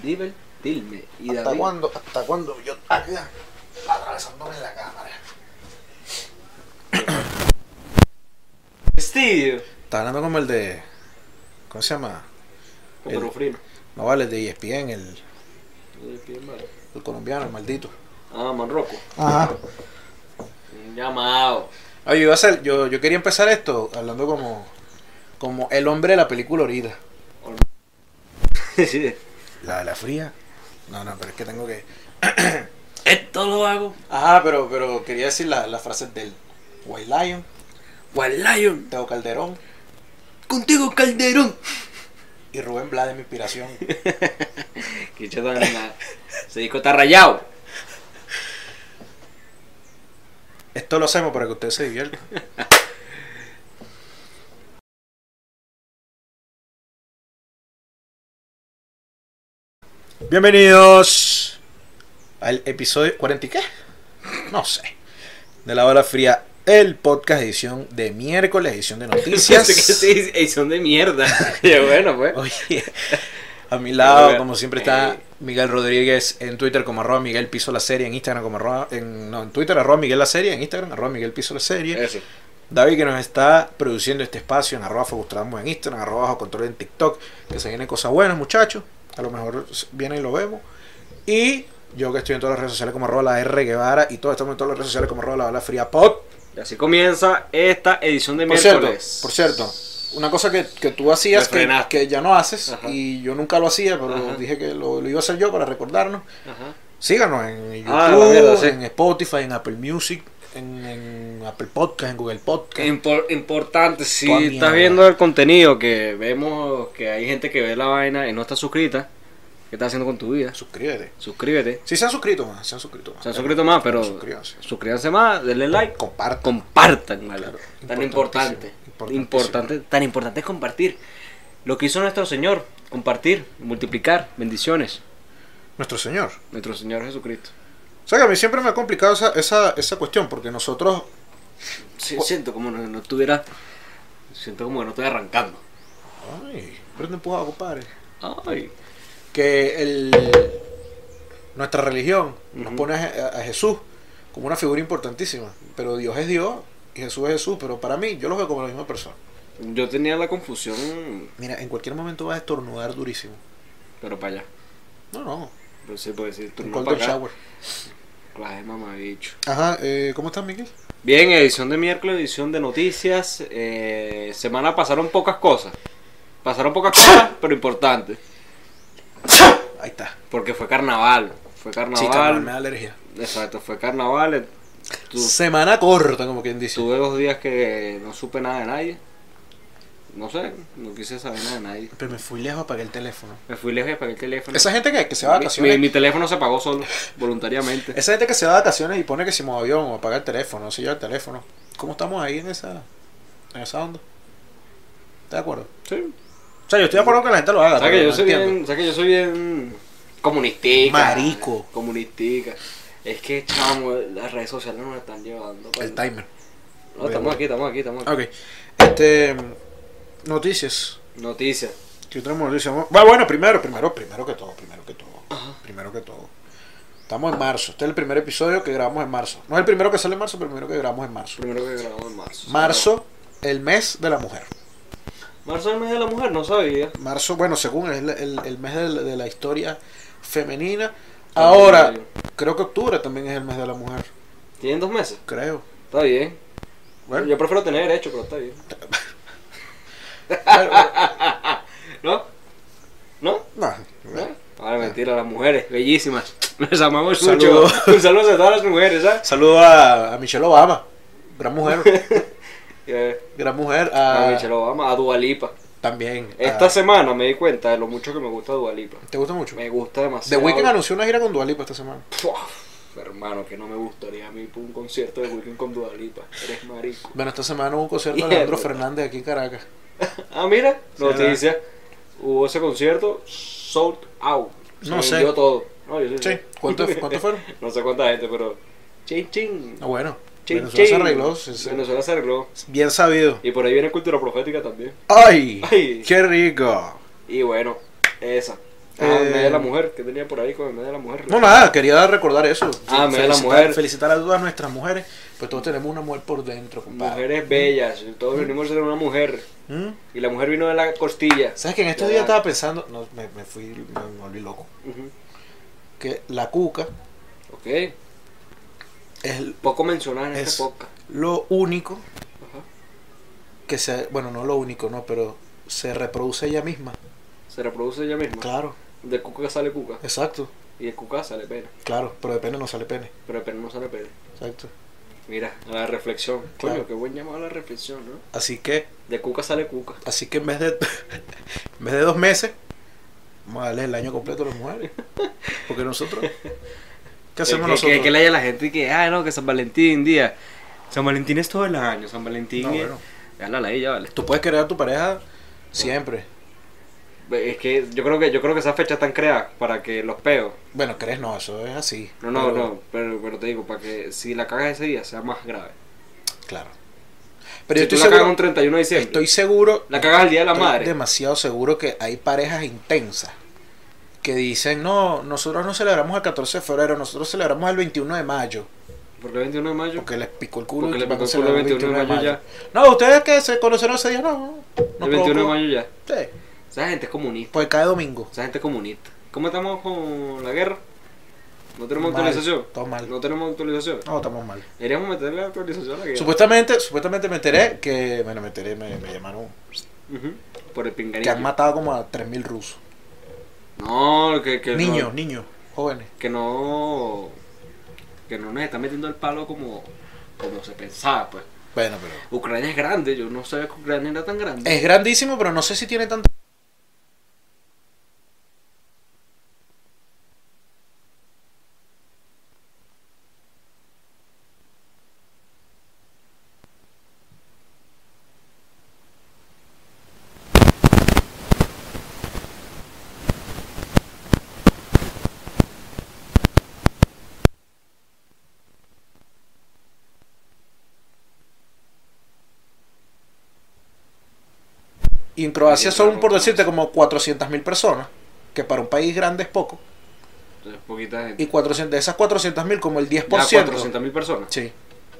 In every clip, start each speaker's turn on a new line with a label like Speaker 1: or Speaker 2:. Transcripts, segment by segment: Speaker 1: divertirme. Y
Speaker 2: ¿Hasta
Speaker 1: David,
Speaker 2: cuándo? ¿Hasta cuándo? Yo acá, atravesándome la cámara.
Speaker 1: Steve,
Speaker 2: Está hablando como el de. ¿Cómo se llama?
Speaker 1: como
Speaker 2: El-
Speaker 1: Rufrino.
Speaker 2: No vale, el de E ESPN, el,
Speaker 1: Ah,
Speaker 2: el colombiano, el maldito.
Speaker 1: Manroco.
Speaker 2: Ajá.
Speaker 1: Un llamado.
Speaker 2: Oye, yo, iba a hacer- yo, yo quería empezar esto hablando como, como el hombre de la película ahorita. La de la fría. No, no, pero es que tengo que.
Speaker 1: Esto lo hago.
Speaker 2: Ajá, pero, pero quería decir la- las frases del White Lion,
Speaker 1: Wild Lion.
Speaker 2: Teo Calderón
Speaker 1: Contigo, Calderón.
Speaker 2: y Rubén Blas de mi inspiración.
Speaker 1: Que chata, nena. Ese disco está rayado.
Speaker 2: Esto lo hacemos para que ustedes se diviertan. Bienvenidos al episodio 40 y qué? No sé. De la bala fría, el podcast edición de miércoles, edición de noticias.
Speaker 1: Ey, son de mierda. Y bueno, pues.
Speaker 2: Oye, a mi lado,
Speaker 1: Oiga,
Speaker 2: como siempre, está
Speaker 1: eh.
Speaker 2: Miguel Rodríguez en Twitter como arroba Miguel Piso la Serie, en Instagram como arroba, en, no, en Twitter arroba Miguel la Serie, en Instagram arroba Miguel Piso la Serie.
Speaker 1: Eso.
Speaker 2: David que nos está produciendo este espacio en arroba Focustramos en Instagram, arroba bajo control en TikTok, que se vienen cosas buenas, muchachos. A lo mejor vienen y lo vemos. Y yo que estoy en todas las redes sociales como arroba la R Guevara y todos estamos en todas las redes sociales como arroba la bala fría pod.
Speaker 1: Y así comienza esta edición de
Speaker 2: Por cierto,
Speaker 1: miércoles.
Speaker 2: por cierto, una cosa que, que tú hacías
Speaker 1: Me
Speaker 2: que,
Speaker 1: frenaste.
Speaker 2: que ya no haces
Speaker 1: Ajá.
Speaker 2: y yo nunca lo hacía, pero
Speaker 1: Ajá.
Speaker 2: dije que lo, lo iba a hacer yo para recordarnos.
Speaker 1: Ajá.
Speaker 2: Síganos en YouTube,
Speaker 1: Ah, la mierda, sí.
Speaker 2: en Spotify, en Apple Music, en, en Apple Podcast, en Google Podcast.
Speaker 1: Impor- importante, si
Speaker 2: Toda mierda.
Speaker 1: estás viendo el contenido que vemos que hay gente que ve la vaina y no está suscrita, ¿qué estás haciendo con tu vida?
Speaker 2: Suscríbete.
Speaker 1: Suscríbete.
Speaker 2: Si se han suscrito más, se han suscrito más.
Speaker 1: Se han suscrito más, pero
Speaker 2: Suscríbanse.
Speaker 1: suscríbanse más, denle like,
Speaker 2: Compartan.
Speaker 1: compartan, vale.
Speaker 2: Claro,
Speaker 1: tan
Speaker 2: importantísimo,
Speaker 1: importante,
Speaker 2: importantísimo.
Speaker 1: importante, tan importante es compartir. Lo que hizo nuestro Señor, compartir, multiplicar, bendiciones,
Speaker 2: Nuestro Señor.
Speaker 1: nuestro Señor Jesucristo.
Speaker 2: O sea que a mí siempre me ha complicado esa, esa, esa cuestión, porque nosotros,
Speaker 1: Sí, siento como no, no estuviera, siento como que no estoy arrancando.
Speaker 2: ay, pero te empujado, compadre,
Speaker 1: Ay,
Speaker 2: eh. que el, nuestra religión nos
Speaker 1: Ujú.
Speaker 2: pone a, a Jesús como una figura importantísima, pero Dios es Dios y Jesús es Jesús, pero para mí yo los veo como la misma persona.
Speaker 1: yo tenía la confusión,
Speaker 2: Mira, en cualquier momento vas a estornudar durísimo.
Speaker 1: pero para allá.
Speaker 2: No, no,
Speaker 1: No sé, puedo decir, tú
Speaker 2: un
Speaker 1: no
Speaker 2: cold
Speaker 1: para acá.
Speaker 2: shower.
Speaker 1: Claro, es mamabicho.
Speaker 2: Ajá, eh, ¿cómo estás, Miguel?
Speaker 1: Bien, edición de miércoles, edición de noticias. eh, semana pasaron pocas cosas. Pasaron pocas cosas, pero importantes.
Speaker 2: Ahí está.
Speaker 1: Porque fue carnaval. Fue
Speaker 2: Sí, carnal,
Speaker 1: carnaval.
Speaker 2: me da alergia.
Speaker 1: exacto, fue carnaval. eh, tu-
Speaker 2: Semana corta, como quien dice.
Speaker 1: tuve dos días que no supe nada de nadie. No sé, no quise saber nada de nadie.
Speaker 2: Pero Pues me fui lejos, apagué el teléfono.
Speaker 1: Me fui lejos y apagué el teléfono.
Speaker 2: Esa gente que, que se va de
Speaker 1: mi,
Speaker 2: vacaciones.
Speaker 1: mi- mi teléfono se apagó solo, voluntariamente.
Speaker 2: Esa gente que se va de vacaciones y pone que si mueve avión o apaga el teléfono, si lleva el teléfono. ¿Cómo estamos ahí en esa, en esa onda? ¿Estás de acuerdo?
Speaker 1: Sí.
Speaker 2: O sea, yo estoy de acuerdo que la gente lo haga.
Speaker 1: O sea
Speaker 2: pero
Speaker 1: que yo
Speaker 2: no
Speaker 1: soy
Speaker 2: entiendo.
Speaker 1: bien, o sea que yo soy bien comunistica.
Speaker 2: Marico.
Speaker 1: Comunistica. Es que, chamo, las redes sociales nos están llevando. para-
Speaker 2: El timer.
Speaker 1: No, estamos aquí, estamos aquí, estamos aquí.
Speaker 2: Ok. Este. Noticias.
Speaker 1: Noticias.
Speaker 2: ¿Qué tenemos noticias? Bueno, bueno, primero, primero, primero que todo, primero que todo. Primero que todo. Estamos en marzo. Este es el primer episodio que grabamos en marzo. No es el primero que sale en marzo, pero el primero que grabamos en marzo.
Speaker 1: Primero que grabamos en marzo.
Speaker 2: Marzo, el mes de la mujer.
Speaker 1: Marzo es el mes de la mujer, no sabía.
Speaker 2: Marzo, bueno, según es el, el- el mes de, la- de la historia femenina.
Speaker 1: Ah,
Speaker 2: Ahora, creo que octubre también es el mes de la mujer.
Speaker 1: Tienen dos meses.
Speaker 2: Creo.
Speaker 1: Está bien.
Speaker 2: Bueno,
Speaker 1: Yo prefiero tener derecho, pero está bien. ¿No? ¿No?
Speaker 2: no,
Speaker 1: ¿No? Ahora mentira, las mujeres, bellísimas. Les amamos mucho.
Speaker 2: Saludo.
Speaker 1: Un saludo a todas las mujeres, ¿sabes?
Speaker 2: Saludo a, a Michelle Obama. Gran mujer.
Speaker 1: Eh,
Speaker 2: gran mujer.
Speaker 1: a
Speaker 2: A,
Speaker 1: Michelle Obama, a Dualipa.
Speaker 2: También. a-
Speaker 1: Esta semana me di cuenta de lo mucho que me gusta Dualipa.
Speaker 2: ¿Te gusta mucho?
Speaker 1: Me gusta
Speaker 2: The
Speaker 1: demasiado.
Speaker 2: Weeknd anunció una gira con Dualipa esta semana.
Speaker 1: Puf, hermano, que no me gustaría a mí un concierto de Weekend con Dualipa. Eres marico.
Speaker 2: Bueno, esta semana hubo un concierto de
Speaker 1: Mierda.
Speaker 2: Alejandro Fernández aquí en Caracas.
Speaker 1: Ah, mira,
Speaker 2: Sí,
Speaker 1: noticia. Hubo ese concierto sold out. Se
Speaker 2: No sé.
Speaker 1: vendió todo. No, yo sí
Speaker 2: Sí,
Speaker 1: sé.
Speaker 2: ¿cuánto, cuánto fueron?
Speaker 1: No sé cuánta gente, pero. Chin, chin.
Speaker 2: Ah, bueno,
Speaker 1: Chin,
Speaker 2: Venezuela se
Speaker 1: chin.
Speaker 2: arregló. se- se-
Speaker 1: Venezuela se arregló.
Speaker 2: Bien sabido.
Speaker 1: Y por ahí viene cultura profética también.
Speaker 2: ¡Ay!
Speaker 1: Ay.
Speaker 2: ¡Qué rico!
Speaker 1: Y bueno, esa. Ah,
Speaker 2: Eh,
Speaker 1: el mes de la mujer, que tenía por ahí con el mes de la mujer.
Speaker 2: No, nada, quería recordar eso.
Speaker 1: Ah, me da la
Speaker 2: Felicitar-
Speaker 1: mujer.
Speaker 2: Felicitar a todas nuestras mujeres, pues todos tenemos una mujer por dentro, compadre.
Speaker 1: Mujeres bellas, todos venimos a ser una mujer.
Speaker 2: ¿Mm?
Speaker 1: Y la mujer vino de la costilla.
Speaker 2: ¿Sabes que en estos
Speaker 1: Ya.
Speaker 2: días estaba pensando, no, me, me fui, me volví loco,
Speaker 1: Ujú.
Speaker 2: que la cuca
Speaker 1: Ok,
Speaker 2: es
Speaker 1: poco mencionada en
Speaker 2: Es-
Speaker 1: esta época.
Speaker 2: lo único
Speaker 1: Ajá.
Speaker 2: que se, bueno, no lo único, no, pero se reproduce ella misma.
Speaker 1: Se reproduce ella misma.
Speaker 2: Claro,
Speaker 1: De cuca sale cuca.
Speaker 2: exacto,
Speaker 1: Y de cuca sale pene.
Speaker 2: claro, pero de pene no sale pene,
Speaker 1: Pero de pene no sale pene.
Speaker 2: exacto.
Speaker 1: Mira, a la reflexión.
Speaker 2: Claro.
Speaker 1: Coño, qué buen llamado a la reflexión, ¿no?
Speaker 2: Así que,
Speaker 1: De cuca sale cuca.
Speaker 2: así que en vez de, en vez de dos meses, vamos a darle el año completo a las mujeres, porque nosotros, ¿qué hacemos
Speaker 1: Eh, que,
Speaker 2: nosotros?
Speaker 1: Que, que le haya la gente que, ah, no, que San Valentín, día. San Valentín es todo el año, San Valentín
Speaker 2: No,
Speaker 1: es...
Speaker 2: bueno.
Speaker 1: Ya la ley, ya vale.
Speaker 2: Tú puedes querer a tu pareja siempre.
Speaker 1: Es que yo creo que, yo creo que esas fechas están creadas para que los peos.
Speaker 2: Bueno, crees no, eso es así.
Speaker 1: No, no,
Speaker 2: pero-
Speaker 1: no, pero, pero te digo, para que si la cagas ese día sea más grave.
Speaker 2: Claro. Pero yo
Speaker 1: si tú la
Speaker 2: estoy
Speaker 1: cagas
Speaker 2: seguro,
Speaker 1: un 31 de diciembre,
Speaker 2: estoy seguro,
Speaker 1: la cagas el día de la
Speaker 2: estoy
Speaker 1: madre.
Speaker 2: demasiado seguro que hay parejas intensas que dicen, no, nosotros no celebramos el 14 de febrero, nosotros celebramos el 21 de mayo.
Speaker 1: Porque el 21 de mayo,
Speaker 2: Porque les picó el culo.
Speaker 1: Porque
Speaker 2: y
Speaker 1: les
Speaker 2: van a
Speaker 1: picó el culo el
Speaker 2: celebrar
Speaker 1: 21 de mayo
Speaker 2: No, ustedes que se conocieron ese día, no. no
Speaker 1: el 21 de
Speaker 2: provocó.
Speaker 1: mayo ya.
Speaker 2: Sí,
Speaker 1: Esa gente es comunista,
Speaker 2: pues cae domingo.
Speaker 1: esa gente es comunista. ¿Cómo estamos con la guerra? ¿No tenemos
Speaker 2: Mal,
Speaker 1: actualización?
Speaker 2: todo mal.
Speaker 1: ¿No tenemos actualización?
Speaker 2: No, estamos mal.
Speaker 1: Deberíamos meterle la actualización a la guerra.
Speaker 2: Supuestamente, supuestamente me enteré que, bueno, me enteré, me, me llamaron,
Speaker 1: Ujú, Por el
Speaker 2: que
Speaker 1: pinganillo.
Speaker 2: han matado como a 3.000 rusos.
Speaker 1: No, que, que
Speaker 2: Niños,
Speaker 1: no,
Speaker 2: niños, jóvenes.
Speaker 1: que no que no nos está metiendo el palo como como se pensaba, pues.
Speaker 2: Bueno, pero...
Speaker 1: Ucrania es grande, yo no sabía que Ucrania era tan grande.
Speaker 2: Es grandísimo, pero no sé si tiene tanto. Y en Croacia
Speaker 1: Sí,
Speaker 2: son,
Speaker 1: claro,
Speaker 2: por
Speaker 1: claro.
Speaker 2: decirte, como 400.000 personas, que para un país grande es poco.
Speaker 1: Entonces, poquita gente.
Speaker 2: Y 400, de esas 400.000, como el 10%.
Speaker 1: Ya 400.000 personas.
Speaker 2: Sí,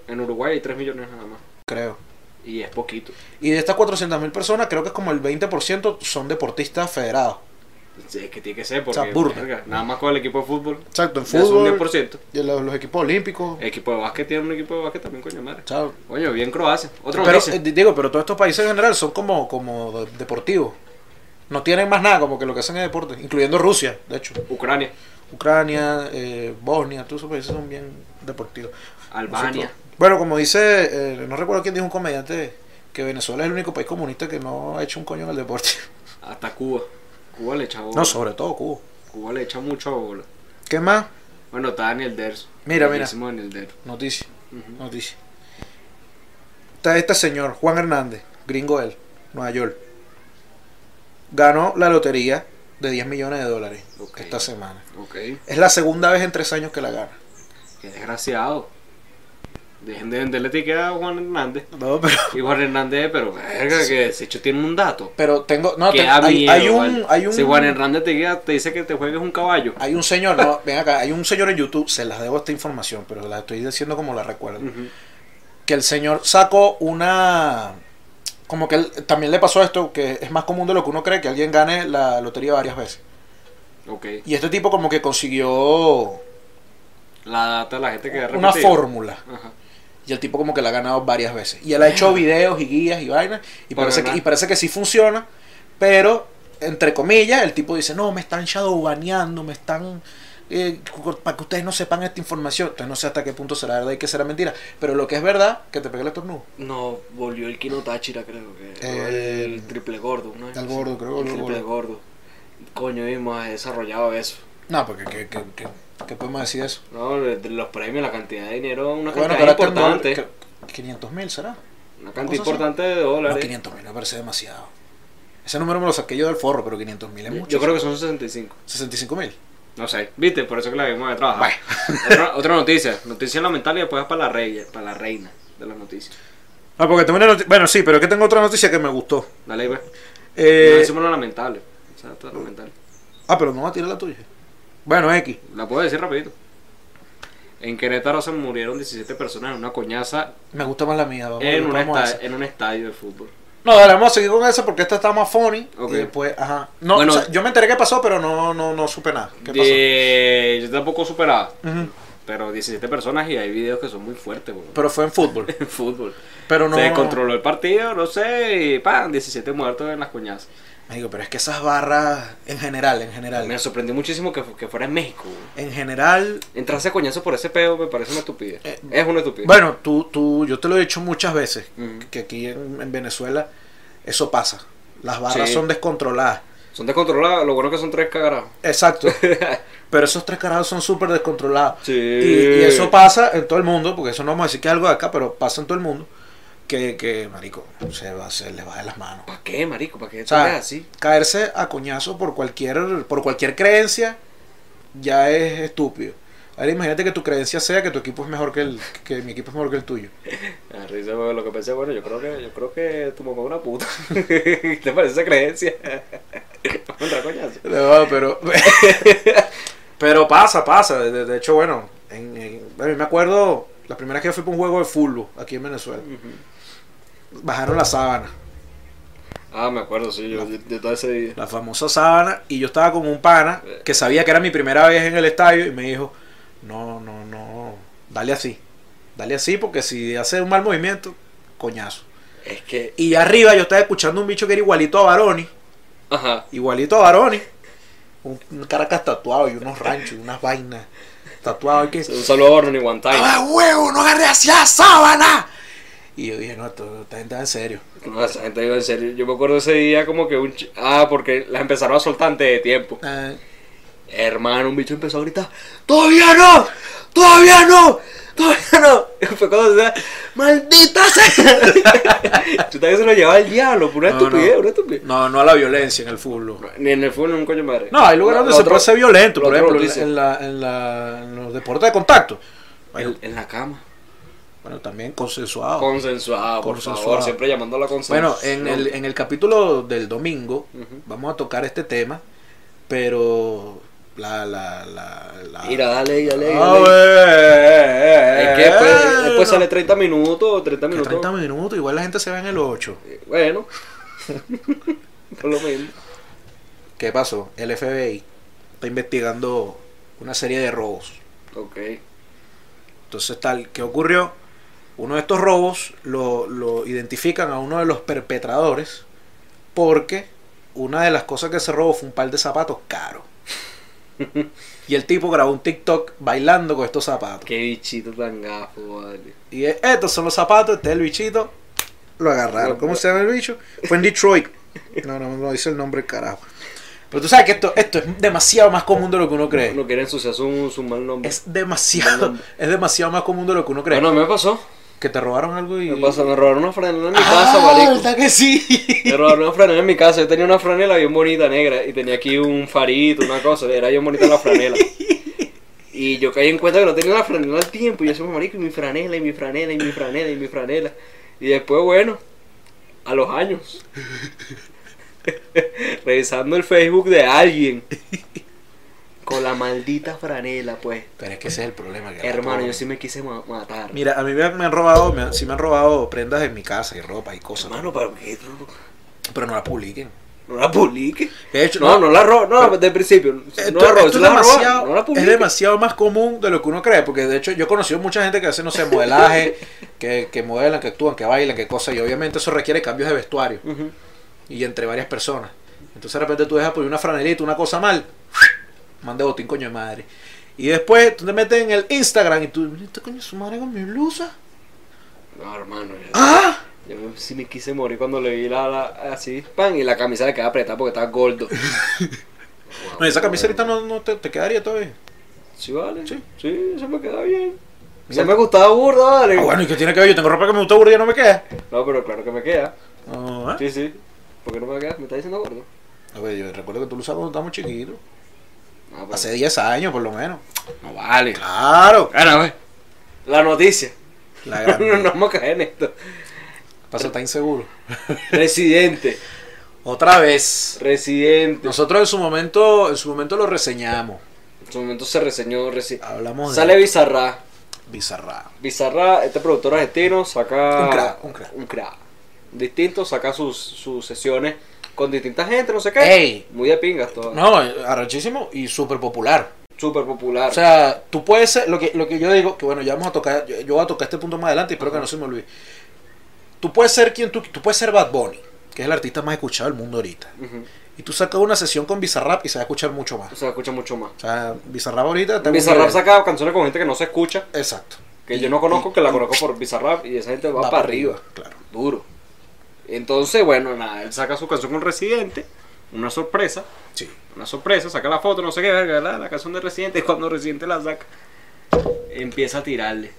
Speaker 1: En Uruguay hay 3 millones nada más.
Speaker 2: creo.
Speaker 1: Y es poquito.
Speaker 2: Y de estas 400.000 personas, creo que es como el 20% son deportistas federados.
Speaker 1: Sí, Pues, Es que tiene que ser porque
Speaker 2: O sea, burda.
Speaker 1: verga, nada más con el equipo de fútbol.
Speaker 2: Exacto, en
Speaker 1: ya es un 10%.
Speaker 2: Y en los, los equipos olímpicos.
Speaker 1: El equipo de básquet tiene un equipo de básquet también, coño madre.
Speaker 2: o sea,
Speaker 1: Coño, bien Croacia. Otro
Speaker 2: pero,
Speaker 1: noticia.
Speaker 2: eh, digo, pero todos estos países en general son como, como de- deportivos. No tienen más nada, como que lo que hacen es deporte, incluyendo Rusia, de hecho.
Speaker 1: Ucrania,
Speaker 2: Ucrania, eh, Bosnia, todos esos países son bien deportivos.
Speaker 1: Albania.
Speaker 2: Nosotros- Bueno, como dice, eh, no recuerdo quién dijo un comediante, que Venezuela es el único país comunista que no ha hecho un coño en el deporte.
Speaker 1: hasta Cuba. Cuba le echa bola.
Speaker 2: No, sobre todo Cuba.
Speaker 1: Cuba le echa mucho bola.
Speaker 2: ¿Qué más?
Speaker 1: Bueno, está Daniel Ders.
Speaker 2: Mira, mira.
Speaker 1: Buenísimo Daniel Ders.
Speaker 2: Noticia,
Speaker 1: Ujú.
Speaker 2: noticia. Está este señor, Juan Hernández, gringo él, Nueva York. Ganó la lotería de 10 millones de dólares
Speaker 1: Ok.
Speaker 2: esta semana.
Speaker 1: Ok.
Speaker 2: Es la segunda vez en tres años que la gana.
Speaker 1: Qué desgraciado. Dejen de venderle ticket a Juan Hernández.
Speaker 2: No, pero...
Speaker 1: Y Juan Hernández, pero verga, que ese hecho tiene un dato.
Speaker 2: Pero tengo... No,
Speaker 1: que
Speaker 2: te-
Speaker 1: da
Speaker 2: hay,
Speaker 1: miedo,
Speaker 2: hay un...
Speaker 1: ¿vale?
Speaker 2: Hay un
Speaker 1: Si Juan Hernández te, guía- te dice que te juegues un caballo.
Speaker 2: Hay un señor, no, ven acá, hay un señor en YouTube, se las debo esta información, pero la estoy diciendo como la recuerdo.
Speaker 1: Ujú.
Speaker 2: Que el señor sacó una. Como que él- también le pasó esto, que es más común de lo que uno cree, que alguien gane la lotería varias veces.
Speaker 1: Ok.
Speaker 2: Y este tipo, como que consiguió
Speaker 1: La data la gente que ha
Speaker 2: una
Speaker 1: repetido.
Speaker 2: fórmula.
Speaker 1: Ajá.
Speaker 2: Y el tipo, como que la ha ganado varias veces. Y él ha hecho videos y guías y vainas. Y
Speaker 1: Para
Speaker 2: parece, que,
Speaker 1: ganar.
Speaker 2: y parece que sí funciona, pero entre comillas, el tipo dice: No, me están shadowbaneando, me están. eh, cu- para que ustedes no sepan esta información. Entonces no sé hasta qué punto será verdad y qué será mentira. Pero lo que es verdad, que te pegue el estornudo.
Speaker 1: No, volvió el Kino Táchira, creo que. o El,
Speaker 2: El-
Speaker 1: triple gordo, ¿no?
Speaker 2: El gordo, creo
Speaker 1: El
Speaker 2: que el
Speaker 1: triple
Speaker 2: gordo.
Speaker 1: gordo. Coño, hemos desarrollado eso.
Speaker 2: No, porque ¿qué, qué, qué, qué podemos decir de eso?
Speaker 1: No, de- de los premios, la cantidad de dinero, una cantidad
Speaker 2: Bueno, que ahora está en dólar-
Speaker 1: importante.
Speaker 2: que- 500 mil será.
Speaker 1: Una
Speaker 2: Cosas
Speaker 1: cantidad
Speaker 2: así.
Speaker 1: importante de
Speaker 2: No,
Speaker 1: dólares.
Speaker 2: 500 mil me parece demasiado. Ese número me lo saqué yo del forro, pero 500 mil es
Speaker 1: Yo-
Speaker 2: mucho.
Speaker 1: Yo creo que son 65.
Speaker 2: 65 mil.
Speaker 1: No sé, viste, por eso que la vimos de trabajar. otra, otra noticia, noticia lamentable y después es para la, rey, para la reina de las noticias.
Speaker 2: Ah, porque tengo una noti- Bueno, sí, pero es que tengo otra noticia que me gustó.
Speaker 1: Dale, pues.
Speaker 2: Eh,
Speaker 1: no decimos lo lamentable. O sea, está lamentable.
Speaker 2: Ah, pero no va a tirar la tuya. Bueno, X.
Speaker 1: La puedo decir rapidito. En Querétaro se murieron 17 personas en una coñaza
Speaker 2: Me gusta más la mía. Vamos,
Speaker 1: en, un
Speaker 2: vamos a
Speaker 1: esta-
Speaker 2: esa.
Speaker 1: en un estadio de fútbol.
Speaker 2: No, dale, vamos a seguir con esa porque esta está más funny.
Speaker 1: Ok.
Speaker 2: Y después, ajá. No,
Speaker 1: Bueno.
Speaker 2: o sea, yo me enteré qué pasó, pero no, no, no supe nada. ¿Qué
Speaker 1: De- Yo tampoco superaba,
Speaker 2: pasó? Ujú.
Speaker 1: pero 17 personas y hay videos que son muy fuertes, weón.
Speaker 2: Pero fue en fútbol.
Speaker 1: En fútbol.
Speaker 2: Pero no.
Speaker 1: Se controló el partido, no sé, y ¡pam! 17 muertos en las coñazas.
Speaker 2: Me digo, pero es que esas barras, en general, en
Speaker 1: Me
Speaker 2: general.
Speaker 1: sorprendió muchísimo que, fu- que fuera en México, weón.
Speaker 2: En general,
Speaker 1: Entrarse a coñazo por ese pedo me parece una estupidez.
Speaker 2: Eh,
Speaker 1: es una estupidez.
Speaker 2: Bueno, tú, tú, yo te lo he dicho muchas veces,
Speaker 1: Ujú.
Speaker 2: que aquí en, en Venezuela eso pasa. Las barras
Speaker 1: Sí.
Speaker 2: son descontroladas.
Speaker 1: Son descontrolados, lo bueno que son tres cagarados.
Speaker 2: Exacto. Pero esos tres carajos son súper descontrolados.
Speaker 1: Sí.
Speaker 2: Y, y eso pasa en todo el mundo, porque eso no vamos a decir que es algo de acá, pero pasa en todo el mundo. Que, que marico, se, va, se le va de las manos.
Speaker 1: ¿Para qué, marico? ¿Para qué te
Speaker 2: O sea,
Speaker 1: veas así?
Speaker 2: caerse a coñazo por cualquier, por cualquier creencia ya es estúpido. Ahora imagínate que tu creencia sea que tu equipo es mejor que el, que mi equipo es mejor que el tuyo.
Speaker 1: La risa, weón, lo que pensé, bueno, yo creo que, yo creo que tu mamá es una puta. ¿Te parece esa creencia? Contra coñazo.
Speaker 2: No, pero. pero pasa, pasa. De, de hecho, bueno, en, en- a mí me acuerdo la primera vez que yo fui para un juego de fútbol aquí en Venezuela. Bajaron la sábana,
Speaker 1: Ah, me acuerdo, sí, yo, yo, yo estaba ese día.
Speaker 2: la famosa sábana, y yo estaba con un pana que sabía que era mi primera vez en el estadio y me dijo: No, no, no, dale así. Dale así porque si hace un mal movimiento, coñazo.
Speaker 1: Es que.
Speaker 2: Y arriba yo estaba escuchando un bicho que era igualito a Baroni.
Speaker 1: Ajá.
Speaker 2: Igualito a varones. Un, un Caracas tatuado y unos ranchos y unas vainas. Tatuado y que.
Speaker 1: Un saludo a Ornon y Guantánamo.
Speaker 2: ¡Ah, huevo! ¡No agarré hacia la sábana! Y yo dije, no, esto, esta gente va en serio.
Speaker 1: No, esa gente iba en serio. Yo me acuerdo ese día como que un. ch- Ah, porque las empezaron a soltar antes de tiempo.
Speaker 2: Eh,
Speaker 1: Hermano, un bicho empezó a gritar: ¡Todavía no! ¡Todavía no! ¡Todavía no! Fue cuando se ¡Maldita sea! Tú también se lo llevaba al diablo, por una
Speaker 2: No,
Speaker 1: estupidez,
Speaker 2: no.
Speaker 1: una estupidez.
Speaker 2: no, no a la violencia en el fútbol.
Speaker 1: Ni en el fútbol, ni en un coño madre.
Speaker 2: No, hay lugares donde
Speaker 1: Lo
Speaker 2: se
Speaker 1: otro-
Speaker 2: puede ser violento.
Speaker 1: lo
Speaker 2: Por
Speaker 1: otro
Speaker 2: ejemplo,
Speaker 1: lo dice.
Speaker 2: en, la, en, la, en los deportes de contacto. Bueno,
Speaker 1: En, en la cama.
Speaker 2: bueno, también consensuado.
Speaker 1: Consensuado, por
Speaker 2: Consensuado.
Speaker 1: favor. Siempre llamando a la consensuación.
Speaker 2: Bueno, en el, en el capítulo del domingo
Speaker 1: Ujú.
Speaker 2: vamos a tocar este tema, pero la... la, la, la-
Speaker 1: Mira, dale, dale, dale.
Speaker 2: Ah, güey.
Speaker 1: Es que después, después sale 30 minutos, 30
Speaker 2: eh, Que
Speaker 1: minutos.
Speaker 2: 30 minutos, igual la gente se ve en el 8.
Speaker 1: Eh, Bueno. Por lo menos.
Speaker 2: ¿Qué pasó? El FBI está investigando una serie de robos.
Speaker 1: Ok.
Speaker 2: Entonces, tal, ¿qué ocurrió? Uno de estos robos lo, lo identifican a uno de los perpetradores porque una de las cosas que se robó fue un par de zapatos caros. Y el tipo grabó un TikTok bailando con estos zapatos.
Speaker 1: Qué bichito tan gafo, vale.
Speaker 2: Y es, estos son los zapatos, este es el bichito. Lo agarraron. ¿Cómo se llama el bicho? Fue en Detroit. No, no, no dice el nombre, carajo. Pero tú sabes que esto, esto es demasiado más común de lo que uno cree.
Speaker 1: No quieren ensuciar su, su mal nombre.
Speaker 2: Eh. Es demasiado, es demasiado más común de lo que uno cree.
Speaker 1: Bueno, me pasó.
Speaker 2: Que te robaron algo y.
Speaker 1: Me pasó, me robaron una franela en mi casa,
Speaker 2: ah,
Speaker 1: marico.
Speaker 2: ¿verdad que sí?
Speaker 1: Me robaron una franela en mi casa. Yo tenía una franela bien bonita, negra. Y tenía aquí un farito, una cosa. Era bien bonita la franela. Y yo caí en cuenta que no tenía la franela al tiempo. Y yo decía, "Pues, marico, y mi franela, y mi franela, y mi franela, y mi franela. Y después, bueno, a los años. revisando el Facebook de alguien. Con la maldita franela, pues.
Speaker 2: Pero es que ese es el problema. que
Speaker 1: Hermano, yo sí me quise ma- matar.
Speaker 2: Mira, a mí me, han- me han robado, me, han- sí me han robado prendas de mi casa y ropa y cosas.
Speaker 1: Hermano, pero que no,
Speaker 2: Pero no las publiquen.
Speaker 1: no la publique.
Speaker 2: De hecho,
Speaker 1: No, no la robo, no, desde el principio.
Speaker 2: Esto-
Speaker 1: no la robo,
Speaker 2: eh, esto
Speaker 1: si
Speaker 2: es,
Speaker 1: la robo,
Speaker 2: demasiado,
Speaker 1: no la
Speaker 2: es
Speaker 1: publique.
Speaker 2: demasiado más común de lo que uno cree, porque de hecho yo he conocido mucha gente que hace, no sé, modelaje, que, que modelan, que actúan, que bailan, que cosas, y obviamente eso requiere cambios de vestuario
Speaker 1: Ujú.
Speaker 2: y entre varias personas. Entonces de repente tú dejas por una franelita, una cosa mal, mande botín coño de madre. Y después tú te metes en el Instagram y tú, mira este coño de su madre con mi blusa.
Speaker 1: No, hermano. yo-
Speaker 2: ¡Ah!
Speaker 1: Yo me- sí me quise morir cuando le vi la, la- así, pan, y la camisa le quedaba apretada porque estaba gordo.
Speaker 2: No, esa camisa ahorita no, no te, te quedaría todavía.
Speaker 1: Sí, vale. Sí,
Speaker 2: Sí.
Speaker 1: se me queda bien. Se me gustaba burda, vale.
Speaker 2: Ah, bueno, ¿y qué tiene que ver? Yo tengo ropa que me gusta burda y ya no me queda.
Speaker 1: No, pero claro que me queda.
Speaker 2: Ah,
Speaker 1: Sí, sí. ¿Por qué no me queda? ¿Me está diciendo gordo?
Speaker 2: A ver, yo recuerdo que tú lo usabas cuando estábamos chiquitos.
Speaker 1: No, pero-
Speaker 2: Hace 10 años por lo menos.
Speaker 1: no vale.
Speaker 2: Claro.
Speaker 1: Bueno, güey. La noticia.
Speaker 2: La
Speaker 1: No,
Speaker 2: gran...
Speaker 1: no vamos a caer en esto.
Speaker 2: Paso está inseguro.
Speaker 1: Residente.
Speaker 2: Otra vez.
Speaker 1: Residente.
Speaker 2: Nosotros en su momento, en su momento lo reseñamos.
Speaker 1: En su momento se reseñó Residente.
Speaker 2: Hablamos de
Speaker 1: Sale Bizarra.
Speaker 2: Bizarra.
Speaker 1: Bizarra, este productor argentino, saca.
Speaker 2: Un crack, un crack.
Speaker 1: Distinto, saca sus, sus sesiones con distinta gente, no sé qué.
Speaker 2: Ey.
Speaker 1: Muy de pingas todo.
Speaker 2: No, arrachísimo y súper popular.
Speaker 1: Súper popular.
Speaker 2: O sea, tú puedes ser, lo que, lo que yo digo, que bueno, ya vamos a tocar, yo, yo voy a tocar este punto más adelante y espero que no se me olvide. Tú puedes ser quien tú, tú puedes ser Bad Bunny, que es el artista más escuchado del mundo ahorita.
Speaker 1: Ujú.
Speaker 2: Y tú sacas una sesión con Bizarrap y se va a escuchar mucho más.
Speaker 1: O sea, escucha mucho más.
Speaker 2: O sea, Bizarrap ahorita... está en un
Speaker 1: Bizarrap
Speaker 2: nivel-
Speaker 1: saca canciones con gente que no se escucha,
Speaker 2: Exacto.
Speaker 1: que
Speaker 2: Y-
Speaker 1: yo no conozco,
Speaker 2: y-
Speaker 1: que la
Speaker 2: y
Speaker 1: conozco por Bizarrap y esa gente va,
Speaker 2: va
Speaker 1: para arriba.
Speaker 2: Claro.
Speaker 1: Duro. Entonces, bueno, nada, él saca su canción con Residente, una sorpresa,
Speaker 2: Sí.
Speaker 1: una sorpresa, saca la foto, no sé qué, verga, la, la canción de Residente, y cuando Residente la saca, empieza a tirarle.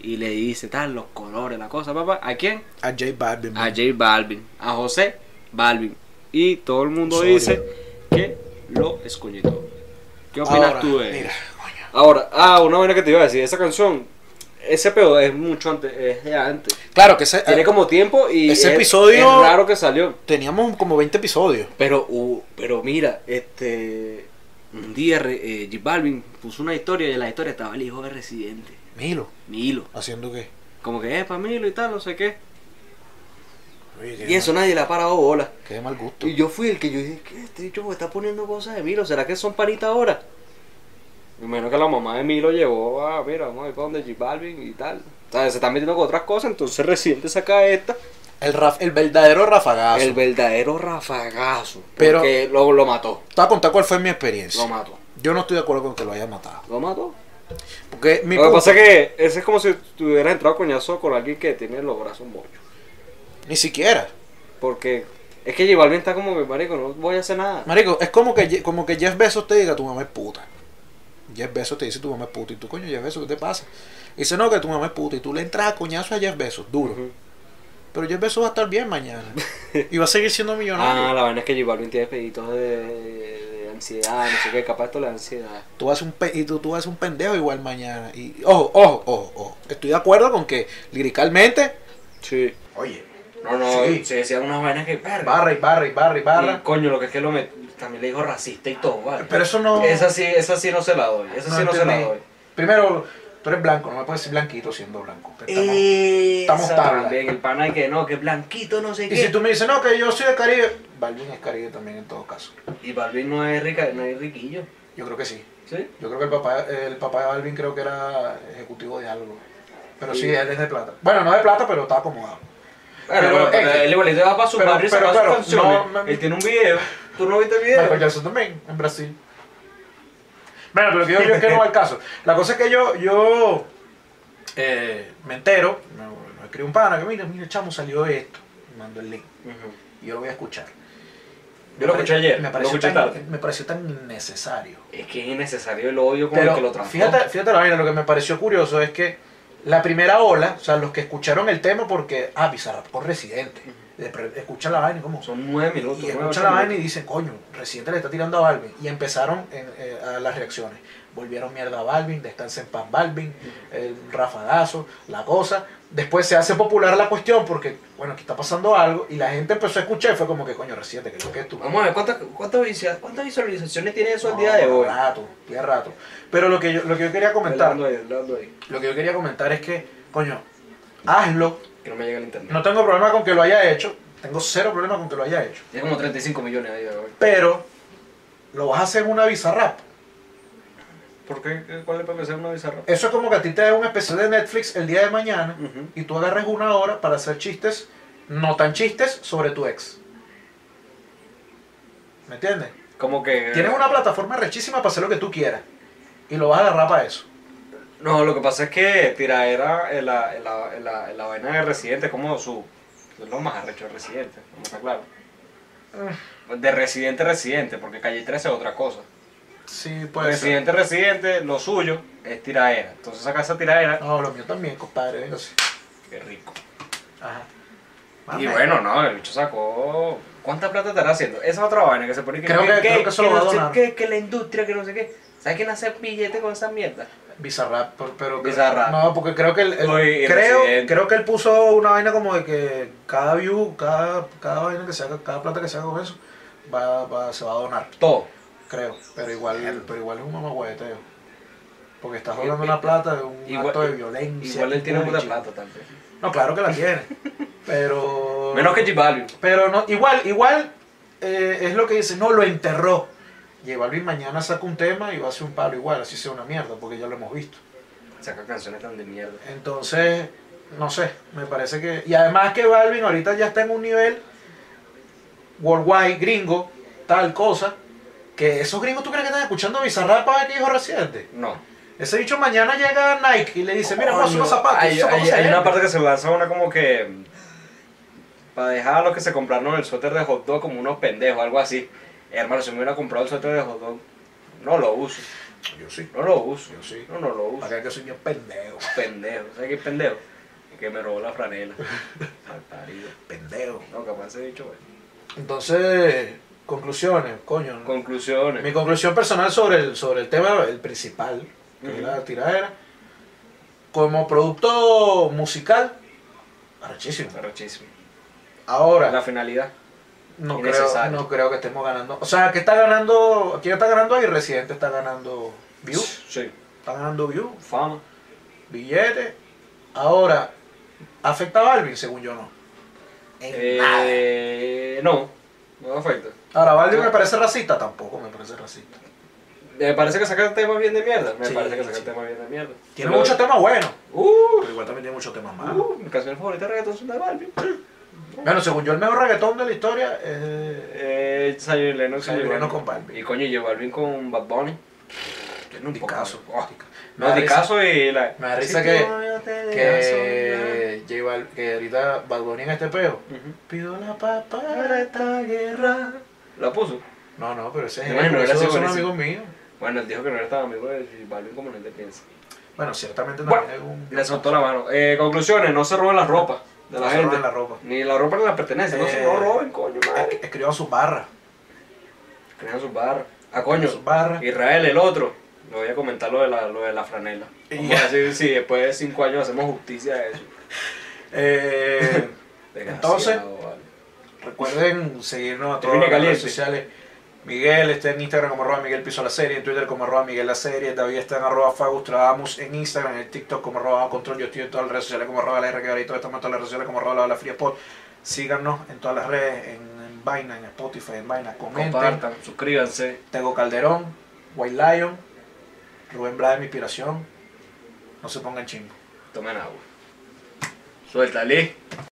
Speaker 1: Y le dice, tal, los colores, la cosa, papá. ¿A quién?
Speaker 2: A J Balvin.
Speaker 1: a J Balvin, a José Balvin. Y todo el mundo
Speaker 2: Sorry.
Speaker 1: dice que lo escuñetó. ¿Qué opinas
Speaker 2: Ahora,
Speaker 1: tú eh. de
Speaker 2: Mira, coño.
Speaker 1: Ahora, ah, una vaina que te iba a decir, esa canción, ese pedo es mucho antes, es de antes.
Speaker 2: Claro que ese,
Speaker 1: Tiene como tiempo y
Speaker 2: Eh, Ese
Speaker 1: es-
Speaker 2: episodio-
Speaker 1: es raro que salió.
Speaker 2: teníamos como 20 episodios.
Speaker 1: Pero, uh, pero mira, este un día re- eh, J Balvin puso una historia y en la historia estaba el hijo de Residente,
Speaker 2: Milo,
Speaker 1: Milo.
Speaker 2: ¿haciendo qué?
Speaker 1: Como que es para Milo y tal, no sé qué.
Speaker 2: Oye, qué
Speaker 1: Y eso nadie le ha parado bola.
Speaker 2: mal- Qué mal gusto.
Speaker 1: Y yo fui el que yo dije, ¿qué? Este bicho me está poniendo cosas de Milo, ¿será que son panitas ahora? Me imagino que la mamá de Milo llevó a, mira, vamos a ir para donde J Balvin y tal. O sea, se están metiendo con otras cosas, entonces reciente saca esta.
Speaker 2: El, raf- el verdadero rafagazo.
Speaker 1: El verdadero rafagazo.
Speaker 2: Pero-
Speaker 1: Porque lo, lo mató,
Speaker 2: Te voy a contar cuál fue mi experiencia.
Speaker 1: lo mató,
Speaker 2: Yo no estoy de acuerdo con que lo haya matado.
Speaker 1: lo mató.
Speaker 2: Porque mi
Speaker 1: lo que
Speaker 2: punto-
Speaker 1: pasa es que ese es como si tú hubieras entrado a coñazo con alguien que tiene los brazos mochos.
Speaker 2: Ni siquiera.
Speaker 1: Porque es que J Balvin está como que, marico, no voy a hacer nada.
Speaker 2: Marico, es como que, Ye- como que Jeff Bezos te diga tu mamá es puta. Jeff Bezos te dice tu mamá es puta. Y tú, coño, Jeff Bezos, ¿qué te pasa? Y dice, no, que tu mamá es puta. Y tú le entras a coñazo a Jeff Bezos, duro.
Speaker 1: Ujú.
Speaker 2: Pero Jeff Bezos va a estar bien mañana. y va a seguir siendo millonario.
Speaker 1: Ah, la vaina es que J Balvin tiene peditos de, de ansiedad, no sé qué, capaz esto le da ansiedad.
Speaker 2: Tú vas a ser un, pe- y tú, tú vas a ser un pendejo igual mañana. Y ojo, ojo, ojo, ojo. Estoy de acuerdo con que liricalmente.
Speaker 1: Sí.
Speaker 2: Oye,
Speaker 1: No, no,
Speaker 2: Sí.
Speaker 1: se decían unas vainas que perra.
Speaker 2: barra y barra y barra y
Speaker 1: Y,
Speaker 2: barra.
Speaker 1: coño, lo que es que lo met- también le dijo racista y todo, ¿vale?
Speaker 2: Pero eso no.
Speaker 1: Esa sí, esa sí no se la doy, esa sí no se la
Speaker 2: entendí.
Speaker 1: doy.
Speaker 2: Primero, tú eres blanco, no me puedes decir blanquito siendo blanco.
Speaker 1: Eh, Estamos
Speaker 2: Estamos- estamos tabla.
Speaker 1: También el pana de que no, que blanquito, no sé
Speaker 2: Y
Speaker 1: qué.
Speaker 2: si tú me dices, no, que yo soy de Caribe, Balvin es Caribe también en todo caso.
Speaker 1: Y Balvin no es rica, no es riquillo,
Speaker 2: Yo creo que sí.
Speaker 1: ¿sí?
Speaker 2: Yo creo que el papá, el papá de Balvin creo que era ejecutivo de algo. Pero sí,
Speaker 1: Sí.
Speaker 2: él es de plata. Bueno, no de plata, pero está acomodado.
Speaker 1: Bueno,
Speaker 2: Pero,
Speaker 1: bueno, pero
Speaker 2: eh,
Speaker 1: él igualito va para su
Speaker 2: pero-
Speaker 1: barrio y
Speaker 2: pero,
Speaker 1: saca sus
Speaker 2: claro,
Speaker 1: canciones.
Speaker 2: no, no,
Speaker 1: él tiene un video. ¿Tú no viste el video?
Speaker 2: Michael Jackson también, en Brasil. Bueno, pero lo que yo digo es que no va al caso. La cosa es que yo, yo eh, me entero, me, me escribe un pana que mira, mira, chamo, salió esto. Me mandó el link.
Speaker 1: Ujú.
Speaker 2: y Yo lo voy a escuchar.
Speaker 1: Yo lo
Speaker 2: Me
Speaker 1: escuché
Speaker 2: pare-
Speaker 1: ayer,
Speaker 2: Me
Speaker 1: lo
Speaker 2: pareció,
Speaker 1: escuché tarde.
Speaker 2: tan, me pareció tan innecesario.
Speaker 1: Es que es innecesario el odio como
Speaker 2: Pero
Speaker 1: el que lo transforma.
Speaker 2: fíjate, fíjate la vaina, lo que me pareció curioso es que la primera ola, o sea, los que escucharon el tema porque, ah, Bizarrap con Residente, de pre- escuchan la vaina y como...
Speaker 1: Son nueve minutos.
Speaker 2: Y
Speaker 1: nueve,
Speaker 2: escuchan
Speaker 1: ocho
Speaker 2: la vaina y
Speaker 1: minutos.
Speaker 2: dicen, coño, Residente le está tirando a Balvin. Y empezaron en, eh, a las reacciones. Volvieron mierda a Balvin, descansa en paz Balvin, el rafagazo, la cosa. Después se hace popular la cuestión porque, bueno, aquí está pasando algo. Y la gente empezó a escuchar y fue como que, coño, Residente, que lo que es tú.
Speaker 1: Vamos a ver, ¿cuántas, cuántas, visual- cuántas visualizaciones tiene eso al día de
Speaker 2: No,
Speaker 1: hoy?
Speaker 2: Rato, ya rato. Pero lo que yo, lo que yo quería comentar...
Speaker 1: Hablando ahí, hablando ahí.
Speaker 2: Lo que yo quería comentar es que, coño, hazlo.
Speaker 1: Que no me llega el internet.
Speaker 2: No tengo problema con que lo haya hecho. Tengo cero problema con que lo haya hecho.
Speaker 1: Ya como 35 millones ahí de hoy.
Speaker 2: Pero lo vas a hacer en una bizarrap.
Speaker 1: ¿Por qué? ¿Cuál es para que sea una bizarra?
Speaker 2: Eso es como que a ti te den un especial de Netflix el día de mañana
Speaker 1: Ujú.
Speaker 2: y tú agarres una hora para hacer chistes, no tan chistes, sobre tu ex. ¿Me entiendes?
Speaker 1: Como que.
Speaker 2: Tienes una plataforma rechísima para hacer lo que tú quieras. Y lo vas a agarrar para eso.
Speaker 1: No, lo que pasa es que tiradera en la, en la, en la, en la vaina de Residente, como su. Es lo más arrecho de Residente, vamos a estar claro.
Speaker 2: Ah.
Speaker 1: De Residente a Residente, porque Calle 13 es otra cosa.
Speaker 2: Sí, puede ser.
Speaker 1: Residente a Residente, lo suyo es tiradera. Entonces saca esa tiradera.
Speaker 2: No, lo mío también, compadre. venga, sí.
Speaker 1: Qué rico.
Speaker 2: Ajá.
Speaker 1: Y
Speaker 2: Mame.
Speaker 1: bueno, no, el bicho sacó. ¿Cuánta plata estará haciendo? Esa es otra vaina que se pone
Speaker 2: Creo que- creo que eso lo va a
Speaker 1: no sé
Speaker 2: donar.
Speaker 1: qué, que la industria, que no sé qué. ¿Sabes quién hace billete con esa mierda?
Speaker 2: Bizarrap, por- pero
Speaker 1: Bizarrap.
Speaker 2: no, porque creo que él, él-
Speaker 1: Uy, y
Speaker 2: creo,
Speaker 1: Resident.
Speaker 2: creo que él puso una vaina como de que cada view, cada, cada vaina que se haga, cada plata que se haga con eso, va, va- se va a donar,
Speaker 1: Todo.
Speaker 2: creo. Pero igual, pero igual es un mamagüeteo. Porque estás
Speaker 1: Igual-
Speaker 2: donando una plata de un
Speaker 1: igual-
Speaker 2: acto de violencia.
Speaker 1: Igual él tiene mucha
Speaker 2: pública.
Speaker 1: plata tal vez.
Speaker 2: No, claro que la tiene. pero.
Speaker 1: Menos que J Balvin.
Speaker 2: Pero no, igual, igual eh, es lo que dice, no lo enterró. Y Balvin mañana saca un tema y va a hacer un palo igual, así sea una mierda, porque ya lo hemos visto.
Speaker 1: Saca canciones tan de mierda.
Speaker 2: Entonces, no sé, me parece que. Y además que Balvin ahorita ya está en un nivel worldwide, gringo, tal cosa, que esos gringos tú crees que están escuchando Bizarrap para que dijo reciente.
Speaker 1: No.
Speaker 2: Ese bicho mañana llega a Nike y le dice, mira, Juan, son los zapatos.
Speaker 1: Hay,
Speaker 2: son
Speaker 1: hay-
Speaker 2: cosas
Speaker 1: hay
Speaker 2: de
Speaker 1: una
Speaker 2: gente".
Speaker 1: parte que se lanza una como que. mm, Para dejar a los que se compraron el suéter de hot dog como unos pendejos, algo así. Hermano, si me hubiera comprado el suéter de hot dog, no lo uso.
Speaker 2: Yo sí,
Speaker 1: No lo uso.
Speaker 2: yo sí.
Speaker 1: No, no lo uso.
Speaker 2: Para que soy bien pendejo,
Speaker 1: Pendejo. ¿Sabes qué es pendejo? El Que me robó la franela. Malparido.
Speaker 2: pendejo.
Speaker 1: No, capaz he dicho, bueno.
Speaker 2: Entonces, conclusiones, coño.
Speaker 1: Conclusiones.
Speaker 2: Mi conclusión personal sobre el, sobre el tema, el principal, que
Speaker 1: Ujú.
Speaker 2: era la tiradera, como producto musical, arrechísimo.
Speaker 1: Arrechísimo. La
Speaker 2: Ahora,
Speaker 1: finalidad.
Speaker 2: no creo,
Speaker 1: innecesario.
Speaker 2: no creo que estemos ganando. O sea, que está ganando, ¿quién está ganando ahí? Residente está ganando view,
Speaker 1: Sí.
Speaker 2: está ganando view,
Speaker 1: Fama.
Speaker 2: billete. Ahora, ¿afecta a Balvin? Según yo no. En nada.
Speaker 1: Eh, no, no me afecta.
Speaker 2: Ahora, ¿Balvin me parece racista? Tampoco me parece racista.
Speaker 1: Me parece que saca temas bien de mierda. Me
Speaker 2: Sí,
Speaker 1: parece que saca
Speaker 2: sí.
Speaker 1: temas bien de mierda.
Speaker 2: Tiene
Speaker 1: Pero-
Speaker 2: muchos temas buenos,
Speaker 1: Uh,
Speaker 2: pero igual también tiene muchos temas malos.
Speaker 1: uh, mi canción favorita de reggaetón es la de Balvin.
Speaker 2: Bueno, según yo, el mejor reggaetón de la historia es.
Speaker 1: Eh, Zion Lennox y
Speaker 2: Zion
Speaker 1: J
Speaker 2: Lennox
Speaker 1: Balvin.
Speaker 2: con Balvin.
Speaker 1: Y coño, y J Balvin con Bad Bunny. Tiene un poco-
Speaker 2: Dicazo.
Speaker 1: Oh,
Speaker 2: Me da
Speaker 1: No, Dicaso y la.
Speaker 2: me da risa
Speaker 1: Si
Speaker 2: que-
Speaker 1: tú yo te dejo
Speaker 2: Que, J Bal- que ahorita Bad Bunny en este peo.
Speaker 1: soñar. Ujú.
Speaker 2: Pido la paz para esta guerra.
Speaker 1: La puso.
Speaker 2: No, no, pero ese es
Speaker 1: Yo imagino que
Speaker 2: esos
Speaker 1: era
Speaker 2: son
Speaker 1: buenísimo.
Speaker 2: amigos míos.
Speaker 1: Bueno, él dijo que no era tan amigo de J Balvin como él le piensa.
Speaker 2: Bueno, ciertamente
Speaker 1: Bueno,
Speaker 2: también es un.
Speaker 1: Le soltó la mano. Eh, conclusiones: no se roben la ropa de la
Speaker 2: No se
Speaker 1: gente.
Speaker 2: roben la ropa.
Speaker 1: Ni la ropa ni la pertenencia. No, se
Speaker 2: Eh,
Speaker 1: no roben, coño, madre.
Speaker 2: Es- Escriban sus barras.
Speaker 1: Crean sus barras. Ah, coño.
Speaker 2: Sus barras.
Speaker 1: Israel, el otro. Le voy a comentar lo de la, lo de la franela. Vamos
Speaker 2: Ya.
Speaker 1: a decir si después de cinco años hacemos justicia a eso.
Speaker 2: Eh, Entonces,
Speaker 1: Desgraciado, vale.
Speaker 2: recuerden seguirnos a todas
Speaker 1: Termina
Speaker 2: las redes
Speaker 1: caliente.
Speaker 2: sociales. Miguel está en Instagram como arroba Miguel Piso la Serie, en Twitter como arroba Miguel la Serie, David está en arroba Fagus, trabajamos en Instagram, en el TikTok como arroba Bajo Control, yo estoy en todas las redes sociales como arroba la RQR y todos estamos en todas las redes sociales como arroba la, Bala Fría Pod. Síganos en todas las redes, en, en Vaina, en Spotify, en Vaina, comenten.
Speaker 1: Compartan, suscríbanse.
Speaker 2: Tego Calderón, White Lion, Rubén Blades, mi inspiración. No se pongan chingos.
Speaker 1: Tomen agua. Suéltale.